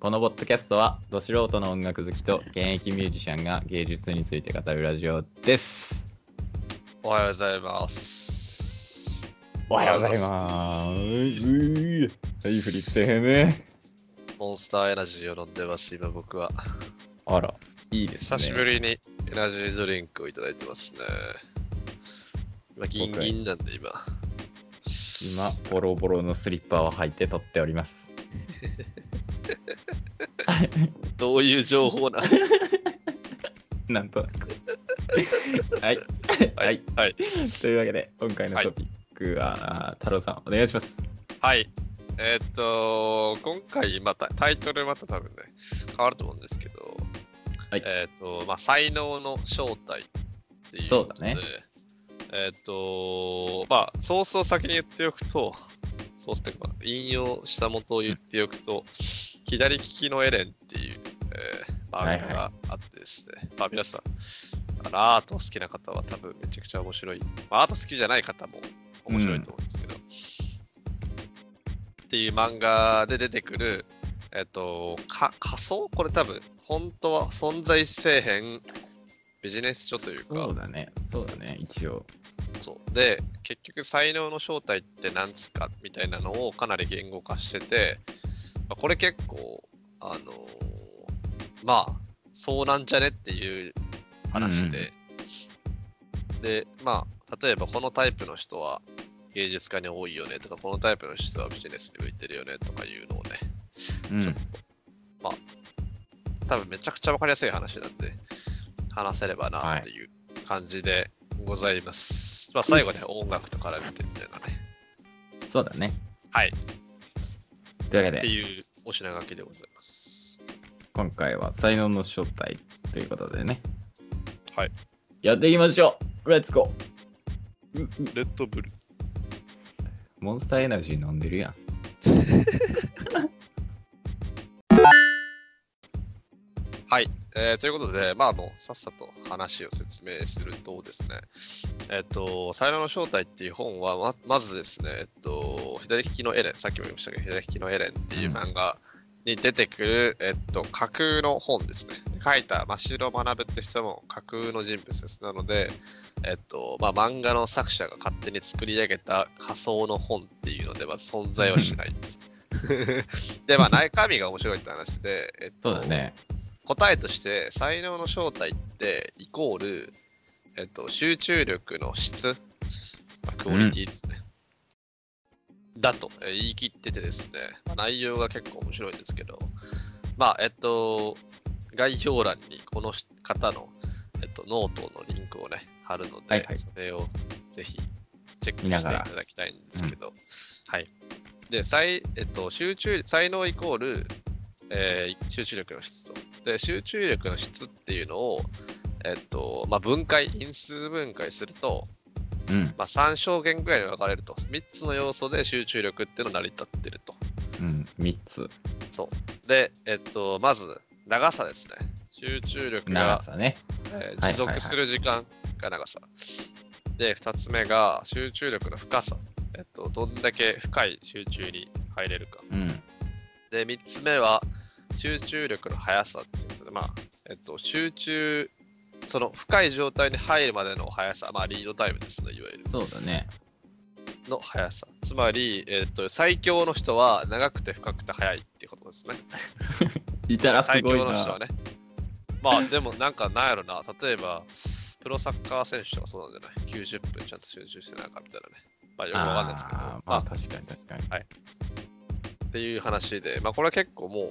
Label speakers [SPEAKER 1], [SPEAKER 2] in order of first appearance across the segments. [SPEAKER 1] このボッドキャストは、ど素人の音楽好きと現役ミュージシャンが芸術について語るラジオです。
[SPEAKER 2] おはようございます。
[SPEAKER 1] おはようございます。うーはい、フリックヘム。
[SPEAKER 2] モンスターエナジーを飲んでます、今僕は。
[SPEAKER 1] あら、いいですね。
[SPEAKER 2] 久しぶりにエナジードリンクをいただいてますね。今、ギンギンなんで今。
[SPEAKER 1] 今、ボロボロのスリッパを履いて撮っております。
[SPEAKER 2] どういう情報 な
[SPEAKER 1] なんとなく。はい、はい、
[SPEAKER 2] はい。
[SPEAKER 1] というわけで、今回のトピックは、あー太郎さん、お願いします。
[SPEAKER 2] はい。えーっと、今回、またタイトルまた多分ね、変わると思うんですけど、
[SPEAKER 1] はい
[SPEAKER 2] えーっと、まあ、才能の正体っていう
[SPEAKER 1] そう
[SPEAKER 2] ことで、
[SPEAKER 1] だね
[SPEAKER 2] えーっと、まあ、ソースを先に言っておくと、ソースっていうか、まあ引用した元を言っておくと、左利きのエレンっていう、えー漫画があってですね、まあ皆さん、あのアート好きな方は多分めちゃくちゃ面白い、まあ、アート好きじゃない方も面白いと思うんですけど、っていう漫画で出てくる、えっと、か仮想これ多分、本当は存在せえへんビジネス書というか、
[SPEAKER 1] そうだね、そうだね、一応。
[SPEAKER 2] そうで結局才能の正体って何つかみたいなのをかなり言語化してて、まあこれ結構あのーまあそうなんじゃねっていう話で、でまあ例えばこのタイプの人は芸術家に多いよねとかこのタイプの人はビジネスに向いてるよねとかいうのをね
[SPEAKER 1] うん、
[SPEAKER 2] 多分めちゃくちゃ分かりやすい話なんで話せればなっていう感じでございます、まあ最後ね音楽と絡めてみたいなね
[SPEAKER 1] そうだね。
[SPEAKER 2] はい。
[SPEAKER 1] というわけ
[SPEAKER 2] って
[SPEAKER 1] で、
[SPEAKER 2] いうお品書きでございます。
[SPEAKER 1] 今回は才能の正体ということでね。
[SPEAKER 2] はい。
[SPEAKER 1] やっていきましょうレッツゴー
[SPEAKER 2] レッドブル。
[SPEAKER 1] モンスターエナジー飲んでるやん。
[SPEAKER 2] はい、えーということで、まあもうさっさと話を説明するとですね、えっ、と、才能の正体っていう本はま、まずですね、えっと、左利きのエレン、さっきも言いましたけど、左利きのエレンっていう漫画に出てくる、えっと、架空の本ですね。で書いた真城学って人も架空の人物です。なので、えっと、まあ漫画の作者が勝手に作り上げた仮想の本っていうので、まあ存在はしないんです。 で、まあ中身が面白いって話で、えっ
[SPEAKER 1] そ
[SPEAKER 2] と、
[SPEAKER 1] うだね。
[SPEAKER 2] 答えとして才能の正体ってイコール、えっと、集中力の質、まあクオリティですね、だとえー言い切っててですね、まあ内容が結構面白いんですけどまあえっと概要欄にこのし方の、えっと、ノートのリンクをね貼るので、
[SPEAKER 1] はいはい
[SPEAKER 2] それをぜひチェック
[SPEAKER 1] 見
[SPEAKER 2] して
[SPEAKER 1] ないが
[SPEAKER 2] た
[SPEAKER 1] ら
[SPEAKER 2] だきたいんですけど、はいで才、えっと、集中才能イコール、えー集中力の質とで集中力の質っていうのを、えっとまあ、分解因数分解すると、
[SPEAKER 1] うん。
[SPEAKER 2] まあ、3小限ぐらいに分かれると3つの要素で集中力っていうのが成り立ってると
[SPEAKER 1] うん。3つ。
[SPEAKER 2] そうで、えっと、まず長さですね集中力
[SPEAKER 1] 長
[SPEAKER 2] が、
[SPEAKER 1] さね。
[SPEAKER 2] えー
[SPEAKER 1] はいはいはい
[SPEAKER 2] 持続する時間が長さ、で2つ目が集中力の深さ、えっと、どんだけ深い集中に入れるか
[SPEAKER 1] うん。
[SPEAKER 2] で、3つ目は、集中力の速さっていうことで、まあ、えっと、集中、その深い状態に入るまでの速さ、まあ、リードタイムですね、いわゆる。
[SPEAKER 1] そうだね。
[SPEAKER 2] の速さ。つまり、えっと、最強の人は長くて深くて速いっていうことですね。
[SPEAKER 1] いたらす
[SPEAKER 2] 最
[SPEAKER 1] ごい
[SPEAKER 2] 強の
[SPEAKER 1] な。
[SPEAKER 2] 人はね。まあ、でも、なんか、なんやろな、例えば、プロサッカー選手とかそうなんじゃない ?90 分ちゃんと集中してないかみたいなね。まあ、よくわかんないですけど。
[SPEAKER 1] あー
[SPEAKER 2] ま
[SPEAKER 1] ま
[SPEAKER 2] あ
[SPEAKER 1] あ、確かに確かに。
[SPEAKER 2] っていう話で、まあ、これは結構もう、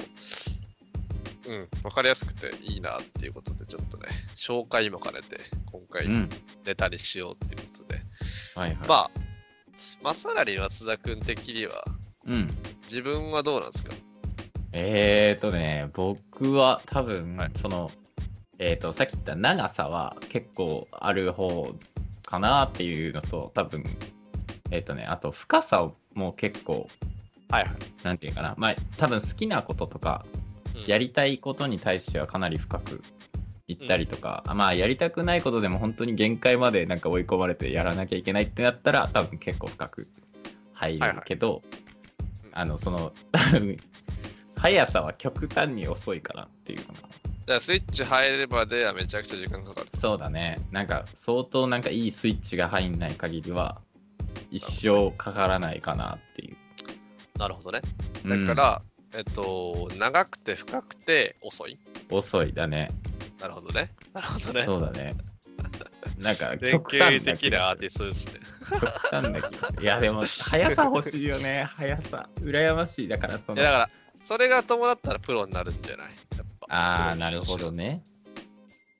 [SPEAKER 2] うん、わかりやすくていいなっていうことで、ちょっとね、紹介も兼ねて、今
[SPEAKER 1] う
[SPEAKER 2] 回
[SPEAKER 1] ん。
[SPEAKER 2] ネタにしようということで、
[SPEAKER 1] はいはい。
[SPEAKER 2] まあ、まさらに松田君的には、
[SPEAKER 1] うん。
[SPEAKER 2] 自分はどうなんですか
[SPEAKER 1] えーとね、僕は多分、
[SPEAKER 2] はい
[SPEAKER 1] その、えーと、さっき言った長さは結構ある方かなっていうのと、多分、えーとね、あと深さも結構、
[SPEAKER 2] はいはい。
[SPEAKER 1] なんていうかな、まあ、多分好きなこととか、や
[SPEAKER 2] り、
[SPEAKER 1] りたいことに対してはかなり深くいったりとか、まあ、やりたくないことでも本当に限界までなんか追い込まれてやらなきゃいけないってなったら、多分結構深く入るけど、
[SPEAKER 2] はいはい
[SPEAKER 1] あの、その、多分速さは極端に遅いからっていうのが
[SPEAKER 2] だからスイッチ入ればではめちゃくちゃ時間かかる。
[SPEAKER 1] そうだねなんか相当なんかいいスイッチが入んない限りは一生かからないかなっていう
[SPEAKER 2] なるほどね。
[SPEAKER 1] う
[SPEAKER 2] だ
[SPEAKER 1] ん
[SPEAKER 2] から、えっと、長くて深くて遅い。
[SPEAKER 1] 遅いだね
[SPEAKER 2] なるほどね。なるほどね。
[SPEAKER 1] そうだ ねなんか
[SPEAKER 2] 典
[SPEAKER 1] 極
[SPEAKER 2] 型
[SPEAKER 1] 端な
[SPEAKER 2] 的
[SPEAKER 1] 気が
[SPEAKER 2] なア
[SPEAKER 1] する
[SPEAKER 2] ーティストですね。
[SPEAKER 1] 極端な気がするいやでも速さ欲しいよね速さ羨ましいだからそ
[SPEAKER 2] い
[SPEAKER 1] の
[SPEAKER 2] やだから、それが伴ったらプロになるんじゃないやっぱ
[SPEAKER 1] ああなるほど。ね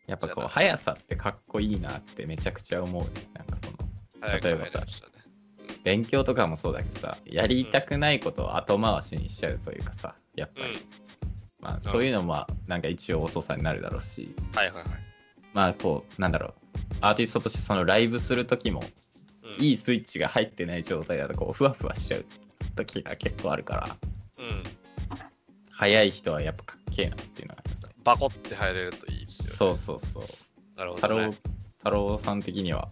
[SPEAKER 1] やっぱこう速さってかっこいいなってめちゃくちゃ思うねなんかその
[SPEAKER 2] 早く
[SPEAKER 1] 例えば
[SPEAKER 2] 入りましたね
[SPEAKER 1] 勉強とかもそうだけどさやりたくないことを後回しにしちゃうというかさやっぱり、まあ、そういうのもまあなんか一応遅さになるだろうし
[SPEAKER 2] うん。はいはいはい。
[SPEAKER 1] まあこうなんだろうアーティストとしてそのライブする時も
[SPEAKER 2] うん
[SPEAKER 1] いいスイッチが入ってない状態だとこうふわふわしちゃう時が結構あるから
[SPEAKER 2] うん。
[SPEAKER 1] 早い人はやっぱかっけえなっていうのがありますね
[SPEAKER 2] バコって入れるといいですよ、ね。
[SPEAKER 1] そうそうそう
[SPEAKER 2] なるほ
[SPEAKER 1] 太
[SPEAKER 2] ど、
[SPEAKER 1] 郎
[SPEAKER 2] ね。
[SPEAKER 1] 太郎さん的には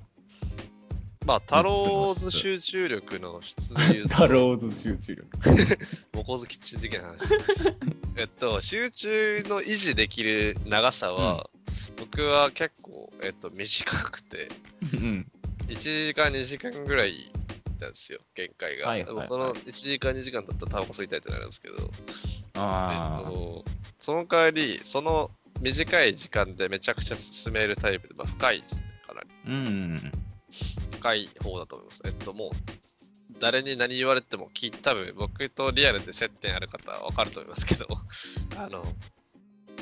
[SPEAKER 2] まあ、太郎
[SPEAKER 1] 三つの質
[SPEAKER 2] ズ集中力の質で言うと、
[SPEAKER 1] 太郎の集中力
[SPEAKER 2] モコズキッチン的な話。 えっと、集中の維持できる長さは、僕は結構、えっと、短くて、
[SPEAKER 1] うん
[SPEAKER 2] 1時間、2時間ぐらいなんですよ、限界が。
[SPEAKER 1] はいはいはい
[SPEAKER 2] でもその1時間、2時間だったらタバコ吸いたいってなるんですけど、えっ
[SPEAKER 1] ああ、
[SPEAKER 2] と、その代わり、その短い時間でめちゃくちゃ進めるタイプで、まあ、深いですね、かなり。
[SPEAKER 1] うんうん
[SPEAKER 2] 深い方だと思います。えっと、もう、誰に何言われても聞い多分僕とリアルで接点ある方は分かると思いますけど、 あの、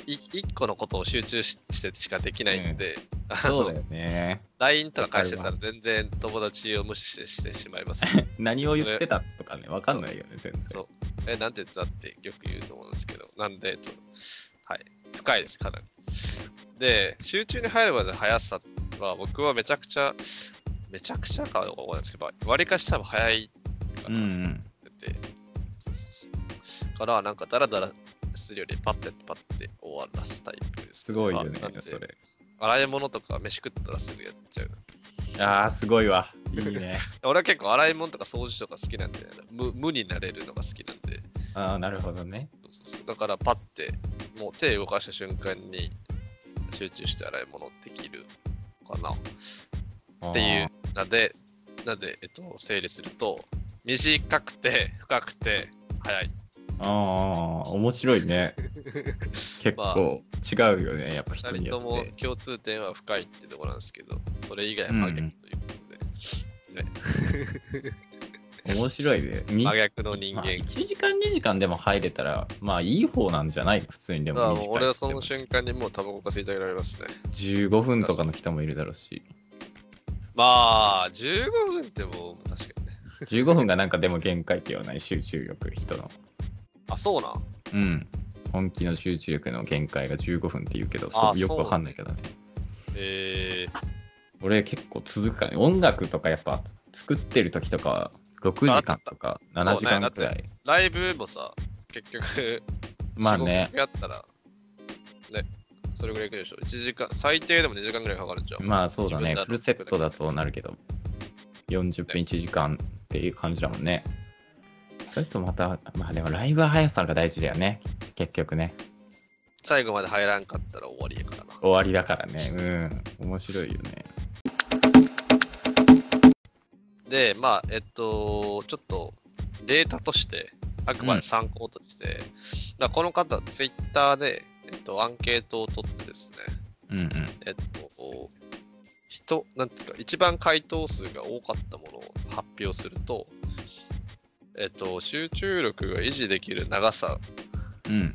[SPEAKER 2] い一個のことを集中ししてしかできないんで、あの
[SPEAKER 1] そうだよね
[SPEAKER 2] LINE とか返してたら全然友達を無視してしてしまいます。
[SPEAKER 1] 何を言ってたとかねわかんないよね全然
[SPEAKER 2] そうえ、なんて言ってたってよく言うと思うんですけど、なんで、えっとはい、深いです、かなり。で、集中に入るまでの速さは、僕はめちゃくちゃ、めちゃくちゃかどうかわかんないですけど、わりかし多分速いか
[SPEAKER 1] うんうん
[SPEAKER 2] なと思ってて、そうそうそうから、なんかダラダラするより、パッてパッて終わらすタイプです。
[SPEAKER 1] すごいよね
[SPEAKER 2] あなんで
[SPEAKER 1] それ
[SPEAKER 2] 洗い物とか飯食ったらすぐやっちゃう。
[SPEAKER 1] ああすごいわいい ね
[SPEAKER 2] 俺は結構洗い物とか掃除とか好きなんで、無無になれるのが好きなんで、
[SPEAKER 1] ああなるほどね
[SPEAKER 2] そうそうそうだからパッてもう手動かした瞬間に集中して洗い物できるかなっ
[SPEAKER 1] って
[SPEAKER 2] いうなのでなんで、えっと、整理すると短くて深くて早い
[SPEAKER 1] ああ面白い ね結構違うよねやっぱ人
[SPEAKER 2] 2
[SPEAKER 1] に
[SPEAKER 2] 人と
[SPEAKER 1] よっ
[SPEAKER 2] も
[SPEAKER 1] て
[SPEAKER 2] 共通点は深いってところなんですけどそれ以外は
[SPEAKER 1] うん
[SPEAKER 2] 真逆ということで、
[SPEAKER 1] 面白いねみ
[SPEAKER 2] 真逆の人
[SPEAKER 1] まあ、
[SPEAKER 2] 間
[SPEAKER 1] 1時間2時間でも入れたらまあいい方なんじゃない普通にで
[SPEAKER 2] だから
[SPEAKER 1] も
[SPEAKER 2] もう俺はその瞬間にもうタバコが吸いたくなりますね
[SPEAKER 1] 15分とかの人もいるだろうし
[SPEAKER 2] まあ15分ってもう確かにね
[SPEAKER 1] 15分がなんかでも限界ではない集中力人の
[SPEAKER 2] あそうなん
[SPEAKER 1] うん本気の集中力の限界が15分って言うけどそ
[SPEAKER 2] あー
[SPEAKER 1] よくわかんないけどね
[SPEAKER 2] えー、
[SPEAKER 1] 俺結構続くからね音楽とかやっぱ作ってる時とかは6時間とか
[SPEAKER 2] あだ
[SPEAKER 1] 7
[SPEAKER 2] っ
[SPEAKER 1] 時
[SPEAKER 2] てそうね
[SPEAKER 1] 間くらい、
[SPEAKER 2] ライブもさ結局
[SPEAKER 1] まあね
[SPEAKER 2] 45曲やったら、ね、それぐらいいくでしょ。1時間、最低でも2時間ぐらいかかるじゃん。
[SPEAKER 1] まあそうだね
[SPEAKER 2] 自分だと
[SPEAKER 1] フルセットだとなるけど40分1時間っていう感じだもんねそれとまたまあでもライブは速さが大事だよね結局ね
[SPEAKER 2] 最後まで入らんかったら終わりやからな。
[SPEAKER 1] 終わりだからねうん面白いよね
[SPEAKER 2] で、まあ、えっと、ちょっとデータとして、あくまで参考として、だからこの方、ツイッターで、えっと、アンケートを取ってですね、
[SPEAKER 1] うんうん
[SPEAKER 2] えっと、人、なんていうか、一番回答数が多かったものを発表すると、えっと、集中力が維持できる長さ
[SPEAKER 1] うん
[SPEAKER 2] ま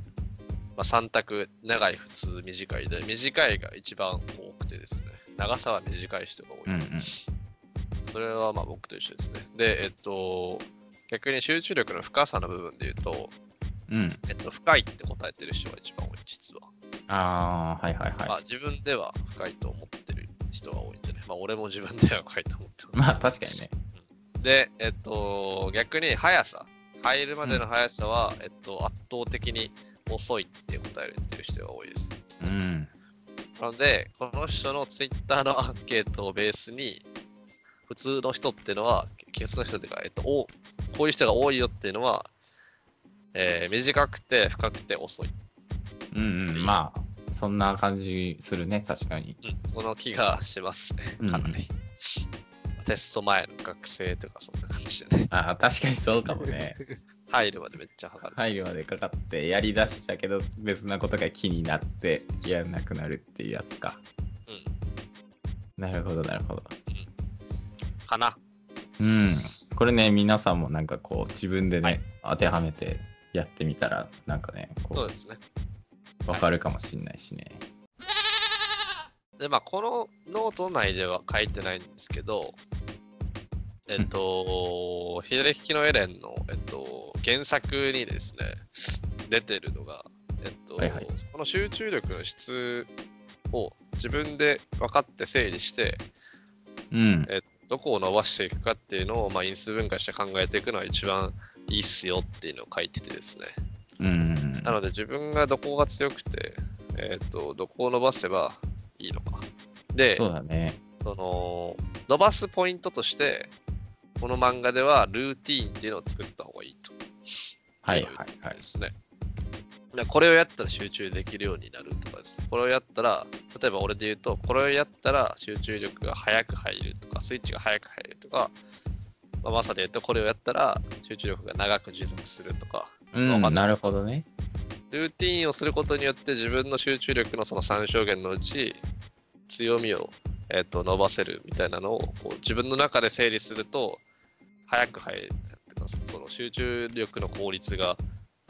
[SPEAKER 2] あ、3択、長い、普通、短いで、短いが一番多くてですね、長さは短い人が多い。
[SPEAKER 1] うんうん
[SPEAKER 2] それはまあ僕と一緒ですね。で、えっと、逆に集中力の深さの部分で言うと、
[SPEAKER 1] うん
[SPEAKER 2] えっと、深いって答えてる人が一番多い、実は。
[SPEAKER 1] ああはいはい
[SPEAKER 2] ま
[SPEAKER 1] は
[SPEAKER 2] あ自分では深いと思ってる人が多いんじゃないまあ俺も自分では深いと思って
[SPEAKER 1] い
[SPEAKER 2] ます。
[SPEAKER 1] まあ確かにね
[SPEAKER 2] で、えっと、逆に速さ、入るまでの速さは、えっと、圧倒的に遅いって答えてる人が多いです。
[SPEAKER 1] うん
[SPEAKER 2] なので、この人のツイッターのアンケートをベースに、普通の人っていうのは、ケースの人っていうか、えっと、おこういう人が多いよっていうのは、えー短くて深くて遅い、
[SPEAKER 1] うんうん、まあ、そんな感じするね、確かに。
[SPEAKER 2] うん、その気がしますね
[SPEAKER 1] うんうん
[SPEAKER 2] かなり、テスト前の学生とかそんな感じでね
[SPEAKER 1] ああ、確かにそうかもね。
[SPEAKER 2] 入るまでめっちゃはかる、
[SPEAKER 1] 入るまでかかって、やりだしたけど、別なことが気になって、やらなくなるっていうやつか。なるほど、なるほど。
[SPEAKER 2] うん、かな
[SPEAKER 1] うん。これね、皆さんもなんかこう、自分でね、
[SPEAKER 2] は
[SPEAKER 1] 当
[SPEAKER 2] い
[SPEAKER 1] てはめてやってみたら、なんかね、こう
[SPEAKER 2] そうですね
[SPEAKER 1] わかるかもしんないしね。
[SPEAKER 2] でまあこのノート内では書いてないんですけどえっと、左利きのエレンの、えっと、原作にですね出てるのが、えっと
[SPEAKER 1] はいはい
[SPEAKER 2] この集中力の質を自分で分かって整理して
[SPEAKER 1] うん。
[SPEAKER 2] どこを伸ばしていくかっていうのを、まあ、因数分解して考えていくのは一番いいっすよっていうのを書いててですね
[SPEAKER 1] うん。
[SPEAKER 2] なので自分がどこが強くて、えっとどこを伸ばせばいいのかで
[SPEAKER 1] そうだね。
[SPEAKER 2] その伸ばすポイントとしてこの漫画ではルーティーンっていうのを作った方がいいと
[SPEAKER 1] はいはいはい
[SPEAKER 2] で。すね。でこれをやったら集中できるようになるとかですね。これをやったら、例えば俺で言うと、これをやったら集中力が早く入るとか、スイッチが早く入るとか、まあ、まさで言うと、これをやったら集中力が長く持続するとか、
[SPEAKER 1] うん、
[SPEAKER 2] わかんない
[SPEAKER 1] なるほどね。
[SPEAKER 2] ルーティーンをすることによって自分の集中力のその3証言のうち強みを、えっと伸ばせるみたいなのをこう自分の中で整理すると早く入るその集中力の効率が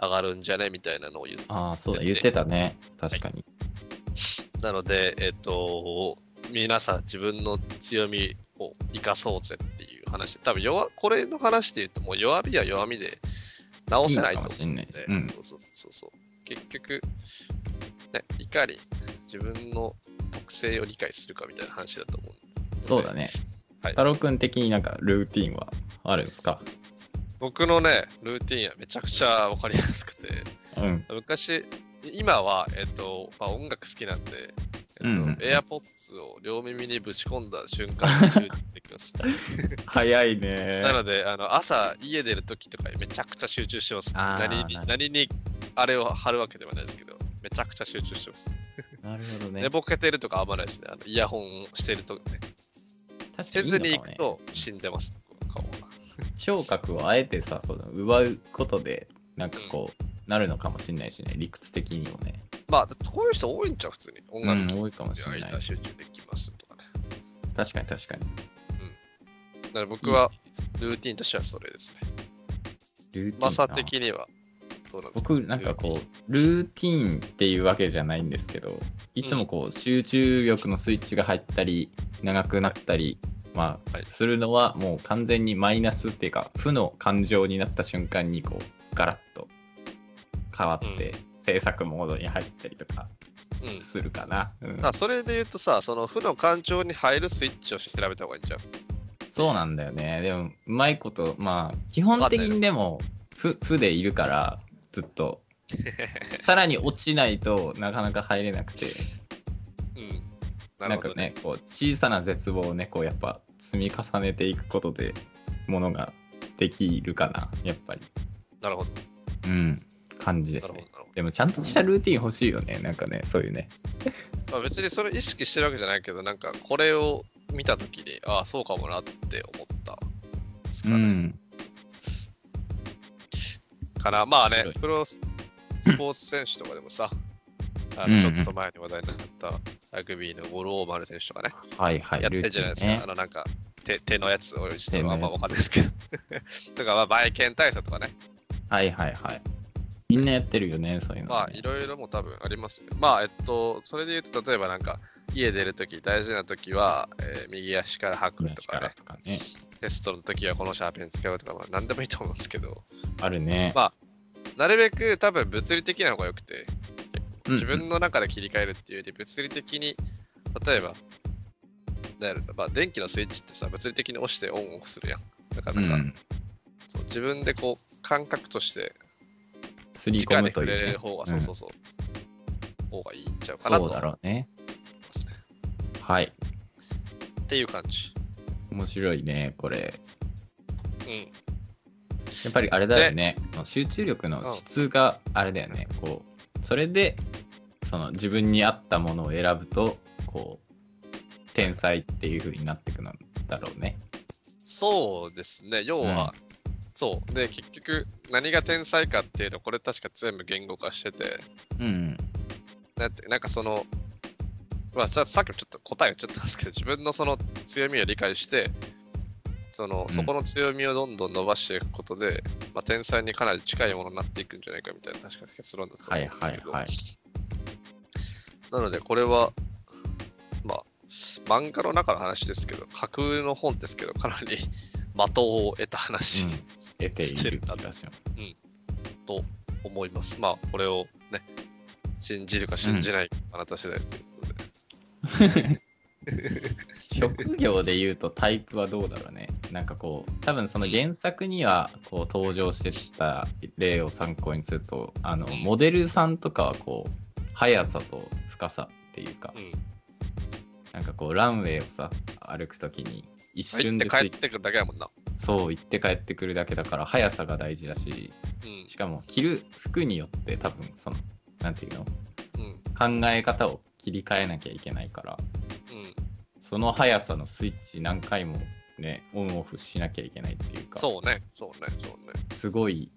[SPEAKER 2] 上がるんじゃねみたいなのを言う
[SPEAKER 1] ああ、そうだ、言ってたね。確かに。
[SPEAKER 2] なのでえっ、と皆さん自分の強みを生かそうぜっていう話で多分弱これの話で言うともう弱みは弱みで直せないと思うんですね
[SPEAKER 1] いいかもしんないうん
[SPEAKER 2] そうそうそうそう結局、ね、いかに自分の特性を理解するかみたいな話だと思うので
[SPEAKER 1] そうだね。
[SPEAKER 2] はい
[SPEAKER 1] 太郎くん的になんかルーティンはあるんですか
[SPEAKER 2] 僕のねルーティンはめちゃくちゃ分かりやすくて
[SPEAKER 1] うん。
[SPEAKER 2] 昔今は、えっとまあ、音楽好きなんで、えっ
[SPEAKER 1] うん
[SPEAKER 2] と
[SPEAKER 1] うんうん
[SPEAKER 2] エアポッツを両耳にぶち込んだ瞬間に集中で きます。
[SPEAKER 1] 早いね
[SPEAKER 2] な。のであの朝家出る時とかめちゃくちゃ集中してます。
[SPEAKER 1] あー
[SPEAKER 2] 何に
[SPEAKER 1] なる
[SPEAKER 2] 何にあれを貼るわけではないですけど、めちゃくちゃ集中してます。
[SPEAKER 1] なるほどね
[SPEAKER 2] 寝。ぼけてるとかあんまないですね。あのイヤホンをしてるとね。
[SPEAKER 1] 確か
[SPEAKER 2] せ
[SPEAKER 1] にいい
[SPEAKER 2] ず
[SPEAKER 1] のかもね
[SPEAKER 2] に行くと死んでます、顔が。
[SPEAKER 1] 聴覚をあえてさ、その奪うことで、なんかこう、なるのかもしんないしね。理屈的にもね。
[SPEAKER 2] まあ、こういう人多いんちゃう、普通に。音
[SPEAKER 1] う
[SPEAKER 2] 楽
[SPEAKER 1] ん、
[SPEAKER 2] 聴
[SPEAKER 1] 多いかも
[SPEAKER 2] い
[SPEAKER 1] してれない
[SPEAKER 2] 間。集中できますとかね。
[SPEAKER 1] 確かに確かに。
[SPEAKER 2] だから僕はルーティンとしてはそれですね。
[SPEAKER 1] ルーティンな
[SPEAKER 2] マサ的にはどうなんですか
[SPEAKER 1] 僕なんかこうルーティーンっていうわけじゃないんですけどいつもこう集中力のスイッチが入ったり長くなったりまあ
[SPEAKER 2] はい
[SPEAKER 1] するのはもう完全にマイナスっていうか負の感情になった瞬間にこうガラッと変わって制作モードに入ったりとか
[SPEAKER 2] うん
[SPEAKER 1] するかな、うん
[SPEAKER 2] まあ、それで言うとさ、その負の感情に入るスイッチを調べた方がいいんちゃう
[SPEAKER 1] そうなんだよねでもうまいことまあ基本的にでも負負でいるからずっ とさらに落ちないとなかなか入れなくて。
[SPEAKER 2] うん。
[SPEAKER 1] な
[SPEAKER 2] なる
[SPEAKER 1] ん
[SPEAKER 2] ほ
[SPEAKER 1] か
[SPEAKER 2] どね。
[SPEAKER 1] ねこう小さな絶望をねこうやっぱ積み重ねていくことでものができるかなやっぱり
[SPEAKER 2] なるほど。
[SPEAKER 1] うん感じで
[SPEAKER 2] なる
[SPEAKER 1] す
[SPEAKER 2] ほ
[SPEAKER 1] ね
[SPEAKER 2] ど。なるほど
[SPEAKER 1] でもちゃんとしたルーティン欲しいよねなんかねそういうね
[SPEAKER 2] まあ、別にそれ意識してるわけじゃないけど、なんかこれを見たときに、ああ、そうかもなって思った。です
[SPEAKER 1] う
[SPEAKER 2] かね。
[SPEAKER 1] ん
[SPEAKER 2] かな。まあ
[SPEAKER 1] 面
[SPEAKER 2] ね
[SPEAKER 1] 白い、
[SPEAKER 2] プロススポーツ選手とかでもさ、あの
[SPEAKER 1] うん
[SPEAKER 2] ち
[SPEAKER 1] う
[SPEAKER 2] ょ
[SPEAKER 1] ん
[SPEAKER 2] っと前に話題になったラグビーの五郎丸選手とかね、
[SPEAKER 1] はいはい
[SPEAKER 2] やってるじゃないですか。
[SPEAKER 1] ルーティ
[SPEAKER 2] あ
[SPEAKER 1] ンね
[SPEAKER 2] のなんか手手のやつをちょ
[SPEAKER 1] 手
[SPEAKER 2] っと
[SPEAKER 1] の
[SPEAKER 2] あ
[SPEAKER 1] や
[SPEAKER 2] ん
[SPEAKER 1] つ
[SPEAKER 2] まわかんないですけど。 とか、まあ、バイケン対策とかね。
[SPEAKER 1] はいはいはいみんなやってるよねそういうのね、
[SPEAKER 2] まあいろいろも多分ありますね。まあえっと、それで言うと例えばなんか家出るとき、大事なときは、えー右足から吐くと
[SPEAKER 1] 昔
[SPEAKER 2] か
[SPEAKER 1] から
[SPEAKER 2] ね、
[SPEAKER 1] とかね
[SPEAKER 2] テストのときはこのシャーペン使うとか、まあ何でもいいと思うんですけど、
[SPEAKER 1] あるね、
[SPEAKER 2] まあなるべく多分物理的な方が良くて、
[SPEAKER 1] うん
[SPEAKER 2] 自分の中で切り替えるっていうより物理的に、例えば、なんやろまあ、電気のスイッチってさ、物理的に押してオンオフするやん。だか
[SPEAKER 1] う
[SPEAKER 2] らなんか、
[SPEAKER 1] ん
[SPEAKER 2] そう自分でこう感覚として
[SPEAKER 1] すり込
[SPEAKER 2] 直に
[SPEAKER 1] むと
[SPEAKER 2] 触
[SPEAKER 1] いう
[SPEAKER 2] れ
[SPEAKER 1] ね、
[SPEAKER 2] る方が、
[SPEAKER 1] ん
[SPEAKER 2] そうそうそう、方がいいんちゃうかなと
[SPEAKER 1] そう
[SPEAKER 2] 思い
[SPEAKER 1] だろうね
[SPEAKER 2] ますね。
[SPEAKER 1] はい
[SPEAKER 2] っていう感じ。
[SPEAKER 1] 面白いねこれ
[SPEAKER 2] うん。
[SPEAKER 1] やっぱりあれだよね集中力の質があれだよね、こうそれでその自分に合ったものを選ぶとこう天才っていう風になっていくのだろうね。
[SPEAKER 2] そうですね、要は、そう。で、結局、何が天才かっていうの、これ確か全部言語化してて、
[SPEAKER 1] うん
[SPEAKER 2] なんてなんかその、まあ、ささっきもちょっと答えをちょっとですけど、自分のその強みを理解して、その
[SPEAKER 1] ん
[SPEAKER 2] そこの強みをどんどん伸ばしていくことで、まあ、天才にかなり近いものになっていくんじゃないかみたいな、確かに結論だと
[SPEAKER 1] は
[SPEAKER 2] 思
[SPEAKER 1] い
[SPEAKER 2] うんです
[SPEAKER 1] は
[SPEAKER 2] け
[SPEAKER 1] い
[SPEAKER 2] ど、
[SPEAKER 1] はい。
[SPEAKER 2] なので、これは、まあ、漫画の中の話ですけど、架空の本ですけど、かなり 的を得た話。
[SPEAKER 1] うん得ている気がします。
[SPEAKER 2] と思います。まあ、これをね、信じるか信じないか、あなた次第ということで。
[SPEAKER 1] 職業で言うとタイプはどうだろうね。 なんかこう多分その原作にはこう登場してた例を参考にするとあのモデルさんとかはこう速さと深さっていうか
[SPEAKER 2] うん
[SPEAKER 1] なんかこうランウェイをさ歩くときに一
[SPEAKER 2] 入
[SPEAKER 1] 瞬
[SPEAKER 2] って
[SPEAKER 1] でス
[SPEAKER 2] 帰
[SPEAKER 1] イ
[SPEAKER 2] ってくるだけやもんな。
[SPEAKER 1] そう行って帰ってくるだけだから速さが大事だし
[SPEAKER 2] うん
[SPEAKER 1] しかも着る服によって多分そのなんていうの
[SPEAKER 2] うん
[SPEAKER 1] 考え方を切り替えなきゃいけないから
[SPEAKER 2] うん、
[SPEAKER 1] その速さのスイッチ何回もねオンオフしなきゃいけないっていうか
[SPEAKER 2] そうね、そうね、そうね。
[SPEAKER 1] すごい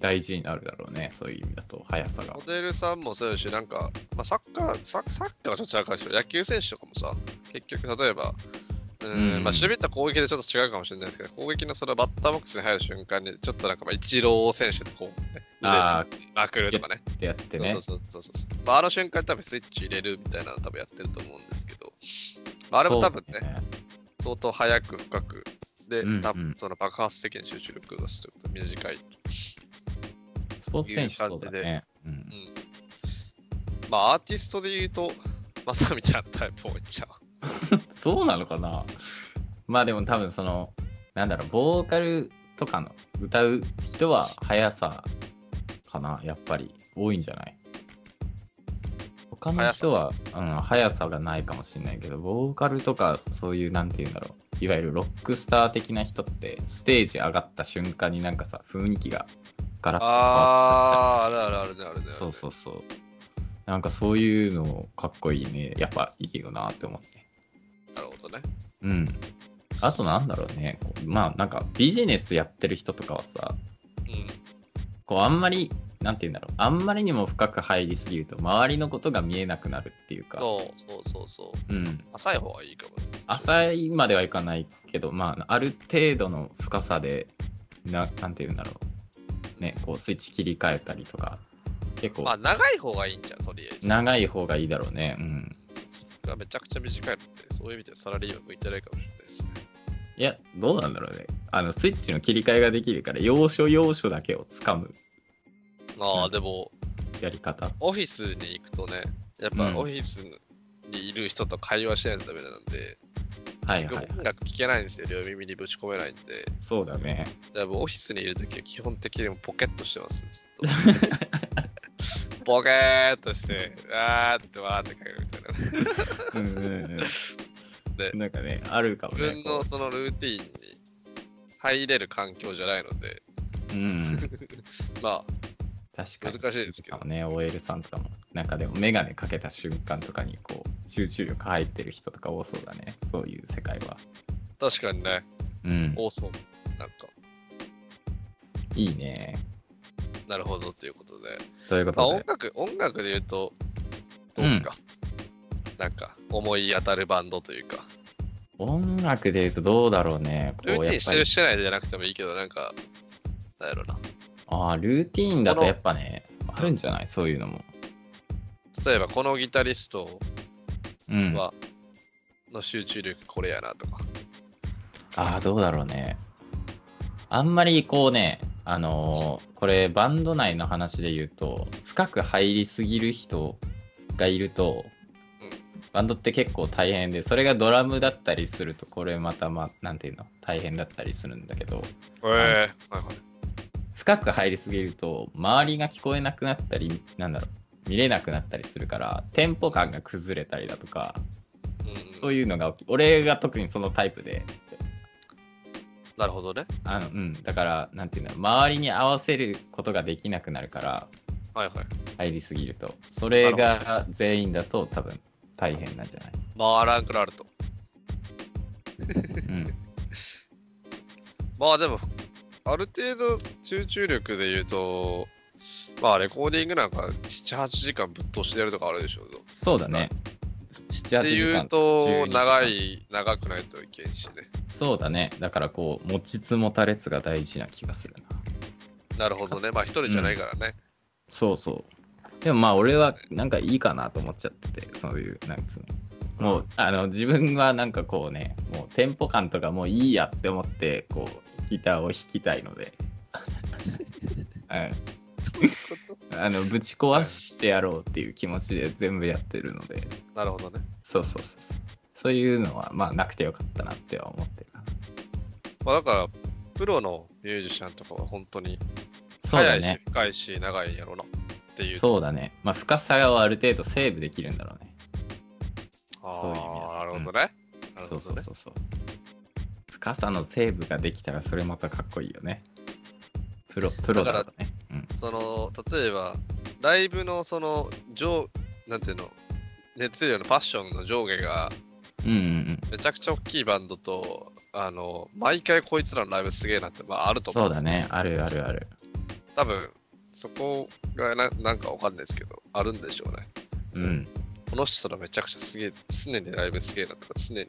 [SPEAKER 1] 大事になるだろうねそういう意味だと速さが
[SPEAKER 2] モデルさんもそうやし、なんか、まあ、サッカー、ササッカーはちょっと違うかもしれない。野球選手とかもさ、結局、例えば、うーん
[SPEAKER 1] うん
[SPEAKER 2] まあ、守備と攻撃でちょっと違うかもしれないですけど、攻撃のそのバッターボックスに入る瞬間に、ちょっとなんか、まあ、イチロー選手でこう、ね、腕
[SPEAKER 1] あー
[SPEAKER 2] まくるとかね。
[SPEAKER 1] ってやってね
[SPEAKER 2] そうそうそうそうそう、まあ。あの瞬間に多分スイッチ入れるみたいなの多分やってると思うんですけど、まあ、あれも多分ね、
[SPEAKER 1] そうだ
[SPEAKER 2] 相当早く深く、で、
[SPEAKER 1] うんうん
[SPEAKER 2] 多分その爆発的に集中力がしてると短い。
[SPEAKER 1] スポーツ選手そうだねうん
[SPEAKER 2] まあ、アーティストで言うと、まさみちゃんタイプ多いっちゃう。
[SPEAKER 1] そうなのかなまあでも多分そのなんだろうボーカルとかの歌う人は速さかなやっぱり多いんじゃない他の人は速さ,、うん、速さがないかもしれないけどボーカルとかそういうなんて言うんだろういわゆるロックスター的な人ってステージ上がった瞬間になんかさ雰囲気がガラッと変わ
[SPEAKER 2] ああ、あるあるあるね、あるね。。
[SPEAKER 1] るそうそううそうなんかそういうのかっこいいねやっぱいいよなって思って
[SPEAKER 2] なるほどね。
[SPEAKER 1] うん。あとなんだろうね。こうまあなんかビジネスやってる人とかはさ、
[SPEAKER 2] うん。
[SPEAKER 1] こうあんまり、なんて言うんだろう。あんまりにも深く入りすぎると周りのことが見えなくなるっていうか。
[SPEAKER 2] そうそうそうそう。
[SPEAKER 1] うん。
[SPEAKER 2] 浅い方がいいかもね。
[SPEAKER 1] 浅いまではいかないけど、まあある程度の深さで、ななんて言うんだろう。ね、こうスイッチ切り替えたりとか、結
[SPEAKER 2] まあ、
[SPEAKER 1] 構
[SPEAKER 2] 長い方がいいんじゃん、とりあえず。
[SPEAKER 1] 長い方がいいだろうね。うん。
[SPEAKER 2] めちゃくちゃ短いので、そういう意味でサラリーマン向いてないかもしれないですね。
[SPEAKER 1] いや、どうなんだろうね。あの、スイッチの切り替えができるから、要所要所だけをつかむ
[SPEAKER 2] あ
[SPEAKER 1] う
[SPEAKER 2] あ、
[SPEAKER 1] ん
[SPEAKER 2] でも、
[SPEAKER 1] やり方。
[SPEAKER 2] オフィスに行くとね、やっ
[SPEAKER 1] う
[SPEAKER 2] ぱ
[SPEAKER 1] ん
[SPEAKER 2] オフィスにいる人と会話しないとダメなんで、
[SPEAKER 1] はい
[SPEAKER 2] 僕
[SPEAKER 1] はいはい。
[SPEAKER 2] 音楽聞けないんですよ、両耳にぶち込めないんで、
[SPEAKER 1] そうだね。
[SPEAKER 2] だいぶオフィスにいるときは基本的にもうポケットしてます、ずっと。 ポケーっとして、あーってわーって書くみたいな。
[SPEAKER 1] うんうんうん
[SPEAKER 2] で
[SPEAKER 1] なんかね、あるかも
[SPEAKER 2] 自
[SPEAKER 1] ね
[SPEAKER 2] 分。のそのルーティーンに入れる環境じゃないので、
[SPEAKER 1] こううん、
[SPEAKER 2] ま
[SPEAKER 1] 確か
[SPEAKER 2] あ難
[SPEAKER 1] に。
[SPEAKER 2] しいですけ
[SPEAKER 1] あ
[SPEAKER 2] ど
[SPEAKER 1] の、ね、OL さんとかも、なんかでも、メガネかけた瞬間とかに、こう、集中力入ってる人とか多そうだね。そういう世界は。
[SPEAKER 2] 確かにね、
[SPEAKER 1] うん。
[SPEAKER 2] 多そう。なんか、
[SPEAKER 1] いいね。
[SPEAKER 2] なるほどということで。
[SPEAKER 1] というこ
[SPEAKER 2] まあ、
[SPEAKER 1] と
[SPEAKER 2] 音
[SPEAKER 1] で、
[SPEAKER 2] 楽、音楽で言うと、どうですか、なんか、思い当たるバンドというか、
[SPEAKER 1] 音楽で言うとどうだろうね。
[SPEAKER 2] ル
[SPEAKER 1] こ
[SPEAKER 2] ー
[SPEAKER 1] う、や
[SPEAKER 2] テ
[SPEAKER 1] っ
[SPEAKER 2] ィンし
[SPEAKER 1] ぱ
[SPEAKER 2] て
[SPEAKER 1] り
[SPEAKER 2] る、。してないじゃなくてもいいけど、なんか、なんやろな。
[SPEAKER 1] ああ、ルーティーンだと
[SPEAKER 2] この
[SPEAKER 1] やっぱね、あるんじゃないそういうのも。
[SPEAKER 2] 例えば、このギタリスト
[SPEAKER 1] うん。あ
[SPEAKER 2] は、の集中力これやなとか。
[SPEAKER 1] あー、どうだろうね。あんまりこうね、あのーこれバンド内の話で言うと深く入りすぎる人がいると
[SPEAKER 2] うん
[SPEAKER 1] バンドって結構大変でそれがドラムだったりするとこれまたまなんていうの大変だったりするんだけど
[SPEAKER 2] ええはいはい。
[SPEAKER 1] 深く入りすぎると周りが聞こえなくなったりなんだろう見れなくなったりするからテンポ感が崩れたりだとか
[SPEAKER 2] うんうん、
[SPEAKER 1] そういうのが起き俺が特にそのタイプで
[SPEAKER 2] なるほどね。
[SPEAKER 1] あのうん、だからなんていうんだろう周りに合わせることができなくなるから
[SPEAKER 2] はいはい。
[SPEAKER 1] 入りすぎるとそれが全員だと多分大変なんじゃない、
[SPEAKER 2] 回らんくなると。
[SPEAKER 1] うん、
[SPEAKER 2] まあでも、ある程度集中力で言うと、まあレコーディングなんか7、8時間ぶっ通してやるとかあるでしょうぞ。
[SPEAKER 1] そうだね7-8
[SPEAKER 2] ってい
[SPEAKER 1] 時
[SPEAKER 2] う
[SPEAKER 1] 間
[SPEAKER 2] と、
[SPEAKER 1] 12
[SPEAKER 2] 長い、長くないといけんしね。
[SPEAKER 1] そうだねだからこう持ちつ持たれつが大事な気がするな
[SPEAKER 2] なる ほどね。まあ一人じゃないからね。
[SPEAKER 1] そうそう。でもまあ俺はなんかいいかなと思っちゃってて、そういう、なんつうの。もう、あの、自分はなんかこうね、もうテンポ感とかもういいやって思って、こう、ギターを弾きたいの で。はい。あの、ぶち壊してやろうっていう気持ちで全部やってるので、
[SPEAKER 2] なるほどね。
[SPEAKER 1] そうそうそうそう。そういうのは、まあ、なくてよかったなっては思ってるな。
[SPEAKER 2] まあだから、プロのミュージシャンとかは本当に
[SPEAKER 1] そう
[SPEAKER 2] 早
[SPEAKER 1] だ
[SPEAKER 2] いし
[SPEAKER 1] ね。
[SPEAKER 2] 深いし長いんやろなっていう。
[SPEAKER 1] そうだね。まあ、深さをある程度セーブできるんだろうね。そういう意味です
[SPEAKER 2] ああ、なるほどね。な
[SPEAKER 1] そ
[SPEAKER 2] るほ
[SPEAKER 1] うそ
[SPEAKER 2] ど
[SPEAKER 1] う
[SPEAKER 2] ね。
[SPEAKER 1] そうそう。深さのセーブができたらそれまたかっこいいよね。プロ、プロだからね。うん、
[SPEAKER 2] その、例えば、ライブのその、上、なんていうの、熱量のパッションの上下が
[SPEAKER 1] うんうんうん。
[SPEAKER 2] めちゃくちゃ大きいバンドと、あの、毎回こいつらのライブすげえなって、まああると思
[SPEAKER 1] そううん
[SPEAKER 2] で
[SPEAKER 1] だ
[SPEAKER 2] すけど。
[SPEAKER 1] ね。あるあるある。
[SPEAKER 2] 多分、そこがななんかわかんないですけど、あるんでしょうね。
[SPEAKER 1] うん。
[SPEAKER 2] この人らめちゃくちゃすげえ、常にライブすげえなとか、常に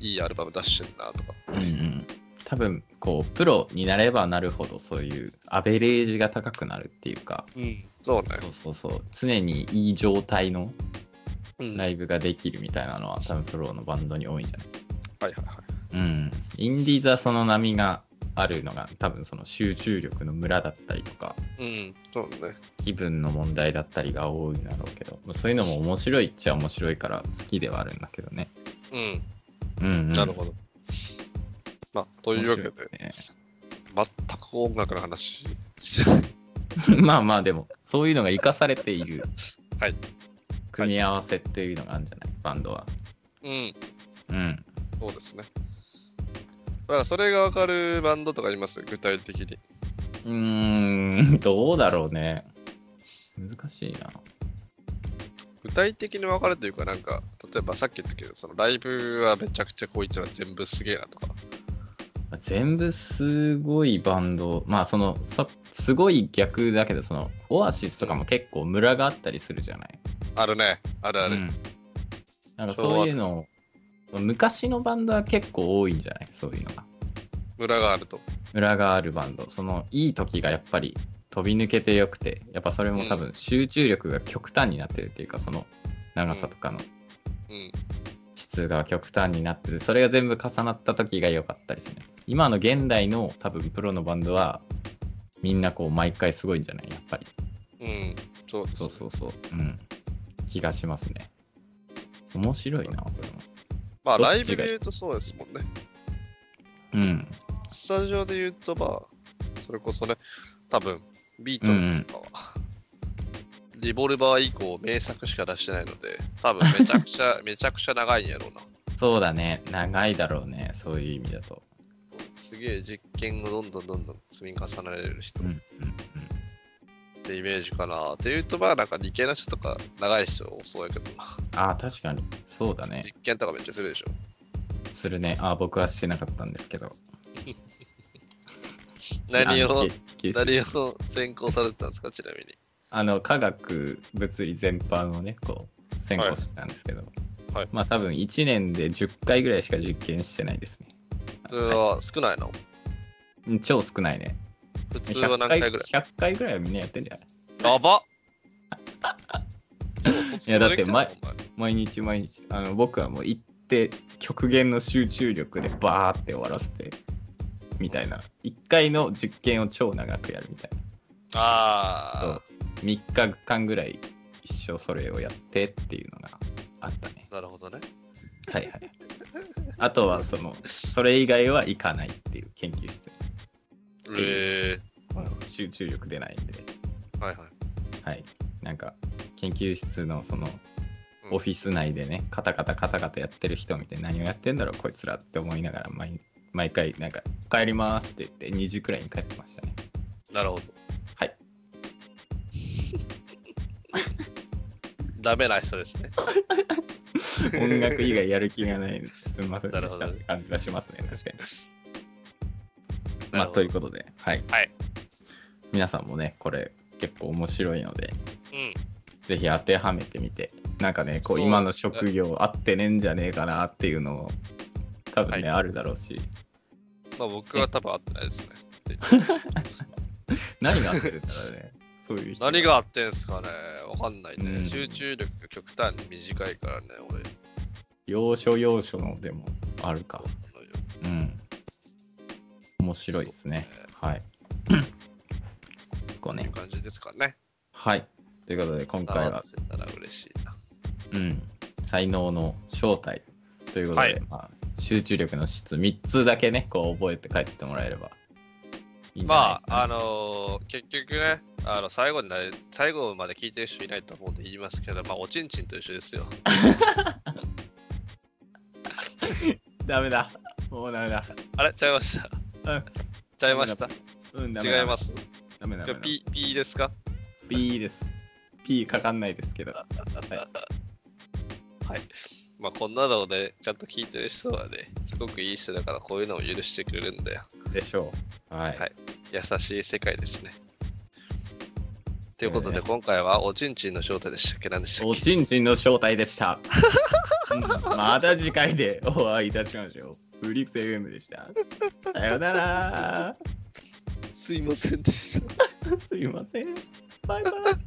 [SPEAKER 2] いいアルバム出してんなとか。
[SPEAKER 1] うんうん。多分、こう、プロになればなるほどそういうアベレージが高くなるっていうか、
[SPEAKER 2] うん、そうね。
[SPEAKER 1] そうそうそう。常にいい状態の
[SPEAKER 2] うん
[SPEAKER 1] ライブができるみたいなのは多分プロのバンドに多いんじゃない
[SPEAKER 2] はいはいは
[SPEAKER 1] う
[SPEAKER 2] い。
[SPEAKER 1] ん、インディーズはその波があるのが多分その集中力のムラだったりとか
[SPEAKER 2] うん、そうね。
[SPEAKER 1] 気分の問題だったりが多いんだろうけどまあそういうのも面白いっちゃ面白いから好きではあるんだけどね。
[SPEAKER 2] うん、
[SPEAKER 1] うん、うん、
[SPEAKER 2] なるほど。まあ、というわけで
[SPEAKER 1] 面、白いです
[SPEAKER 2] 全く音楽の話。
[SPEAKER 1] ねまあまあでもそういうのが生かされている
[SPEAKER 2] はい
[SPEAKER 1] 組み合わせっていうのがあるんじゃないバンドは。
[SPEAKER 2] うん、
[SPEAKER 1] うん、
[SPEAKER 2] そうですね。だからそれがわかるバンドとかいます、具体的に。
[SPEAKER 1] うーんどうだろうね。難しいな。
[SPEAKER 2] 具体的にわかるというか、なんか、例えばさっき言ったけど、そのライブはめちゃくちゃこいつら全部すげえなとか。
[SPEAKER 1] 全部すごいバンドまあそのさすごい逆だけどそのオアシスとかも結構ムラがあったりするじゃない、
[SPEAKER 2] あるね、あるある。
[SPEAKER 1] うんなんかそういうの昔のバンドは結構多いんじゃないそういうのが
[SPEAKER 2] ムラがあると。
[SPEAKER 1] ムラがあるバンドそのいい時がやっぱり飛び抜けてよくてやっぱそれも多分集中力が極端になってるっていうかその長さとかの
[SPEAKER 2] うん、
[SPEAKER 1] 質が極端になっててそれが全部重なった時が良かったりするね今の現代の多分プロのバンドはみんなこう毎回すごいんじゃないやっぱり
[SPEAKER 2] うん、そうです、
[SPEAKER 1] そ
[SPEAKER 2] ね。
[SPEAKER 1] うそうそううん気がしますね面白いなこ
[SPEAKER 2] まあ、
[SPEAKER 1] どっちが
[SPEAKER 2] ライブで言うとそうですもんね。
[SPEAKER 1] れもうん
[SPEAKER 2] スタジオで言うと、まあ、それこそね、多分ビートルズとかは、リボルバー以降、名作しか出してないので、多分めちゃく ちゃ、めちゃくちゃ長いんやろうな。
[SPEAKER 1] そうだね長いだろうねそういう意味だと
[SPEAKER 2] すげえ実験をどんどんどんどん積み重ねられる人
[SPEAKER 1] う
[SPEAKER 2] っ
[SPEAKER 1] んうんうん
[SPEAKER 2] てイメージかな。っていうと、まあ、なんか理系の人とか、長い人そうやけどな。
[SPEAKER 1] ああ確かにそうだね
[SPEAKER 2] 実験とかめっちゃするでしょ。
[SPEAKER 1] するねああ僕はしてなかったんですけど
[SPEAKER 2] 何
[SPEAKER 1] あ
[SPEAKER 2] を
[SPEAKER 1] の、けけ
[SPEAKER 2] 何を専攻されてたんですか、ちなみに。
[SPEAKER 1] あの科学物理全般をねこう専攻してたんですけど、
[SPEAKER 2] はい
[SPEAKER 1] まあ多分1年で10回ぐらいしか実験してないですね
[SPEAKER 2] それは少ないの
[SPEAKER 1] うん超少ないね
[SPEAKER 2] 普通は何回ぐらい
[SPEAKER 1] ?100 回ぐらいはみんなやってんじゃない
[SPEAKER 2] やば
[SPEAKER 1] いやだって前
[SPEAKER 2] お前
[SPEAKER 1] 毎日毎日あの僕はもう行って極限の集中力でバーって終わらせてみたいな1回の実験を超長くやるみたいな
[SPEAKER 2] あ
[SPEAKER 1] 3日間ぐらい一生それをやってっていうのがあったね
[SPEAKER 2] あ、なるほどね。
[SPEAKER 1] はいはい。あとはそのそれ以外は行かないっていう研究室、
[SPEAKER 2] えはいは
[SPEAKER 1] 集中力出ないんで、
[SPEAKER 2] ー、はいはい。
[SPEAKER 1] はい、なんか研究室のその
[SPEAKER 2] うん
[SPEAKER 1] オフィス内でね、カタカタカタカタやってる人を見て何をやってんだろうこいつらって思いながら毎毎回なんか「帰ります」って言って2時くらいに帰ってま したね
[SPEAKER 2] なるほど。
[SPEAKER 1] はい。
[SPEAKER 2] ダメな人ですね。
[SPEAKER 1] 音楽以外やる気がないすみませんで
[SPEAKER 2] なる
[SPEAKER 1] し
[SPEAKER 2] ほ
[SPEAKER 1] た
[SPEAKER 2] ど
[SPEAKER 1] って感じがし ますね確かに
[SPEAKER 2] な
[SPEAKER 1] まあ
[SPEAKER 2] るほど
[SPEAKER 1] ということではい、
[SPEAKER 2] はい
[SPEAKER 1] 皆さんもねこれ結構面白いので
[SPEAKER 2] うん。
[SPEAKER 1] ぜひ当てはめてみてなんかねこ
[SPEAKER 2] そう
[SPEAKER 1] う
[SPEAKER 2] ですね
[SPEAKER 1] 今の職業合ってねえんじゃねえかなっていうのも多分ね、
[SPEAKER 2] は
[SPEAKER 1] あるだろうし
[SPEAKER 2] まあ僕は多分合ってないです ね。
[SPEAKER 1] 何が合ってるんだろう ねそういう人
[SPEAKER 2] 何が合ってんすかねわかんないね、
[SPEAKER 1] うん
[SPEAKER 2] 集中力が極端に短いからね、俺。
[SPEAKER 1] 要所要所のでもあるかうん面白いですね
[SPEAKER 2] そうね
[SPEAKER 1] はい こう
[SPEAKER 2] こうい
[SPEAKER 1] ね
[SPEAKER 2] う感じですかね。
[SPEAKER 1] はいということで今回は
[SPEAKER 2] 伝わってたら嬉しいな。
[SPEAKER 1] うん、才能の正体ということで、
[SPEAKER 2] はい
[SPEAKER 1] まあ、集中力の質3つだけねこう覚えて帰ってもらえればいいんじゃない
[SPEAKER 2] ま
[SPEAKER 1] ですかね
[SPEAKER 2] あ、あのー結局ね、あの最後になれ最後まで聞いてる人いないと思うんで言いますけど、まあ、おちんちんと一緒ですよ。
[SPEAKER 1] ダメだもうダメだ
[SPEAKER 2] あれちゃいました。
[SPEAKER 1] うん
[SPEAKER 2] ちゃいました。
[SPEAKER 1] うんダメだ
[SPEAKER 2] 違います。
[SPEAKER 1] ダメだ
[SPEAKER 2] じ
[SPEAKER 1] ダ
[SPEAKER 2] ゃあ
[SPEAKER 1] メだ
[SPEAKER 2] P, P ですか
[SPEAKER 1] P です P かかんないですけど
[SPEAKER 2] はい。まあ、こんなのをね、ちゃんと聞いてる人はね、すごくいい人だから、こういうのを許してくれるんだよ。
[SPEAKER 1] でしょうはい、
[SPEAKER 2] はい優しい世界ですね。ということで、
[SPEAKER 1] えー
[SPEAKER 2] 今回はおちんちんの正体でしたっけ何でした
[SPEAKER 1] お
[SPEAKER 2] っけ
[SPEAKER 1] ちんちんの正体でした、うんまた次回でお会いいたしましょうフリックス FM でしたさよなら
[SPEAKER 2] すいませんでした。
[SPEAKER 1] すいませんバイバイ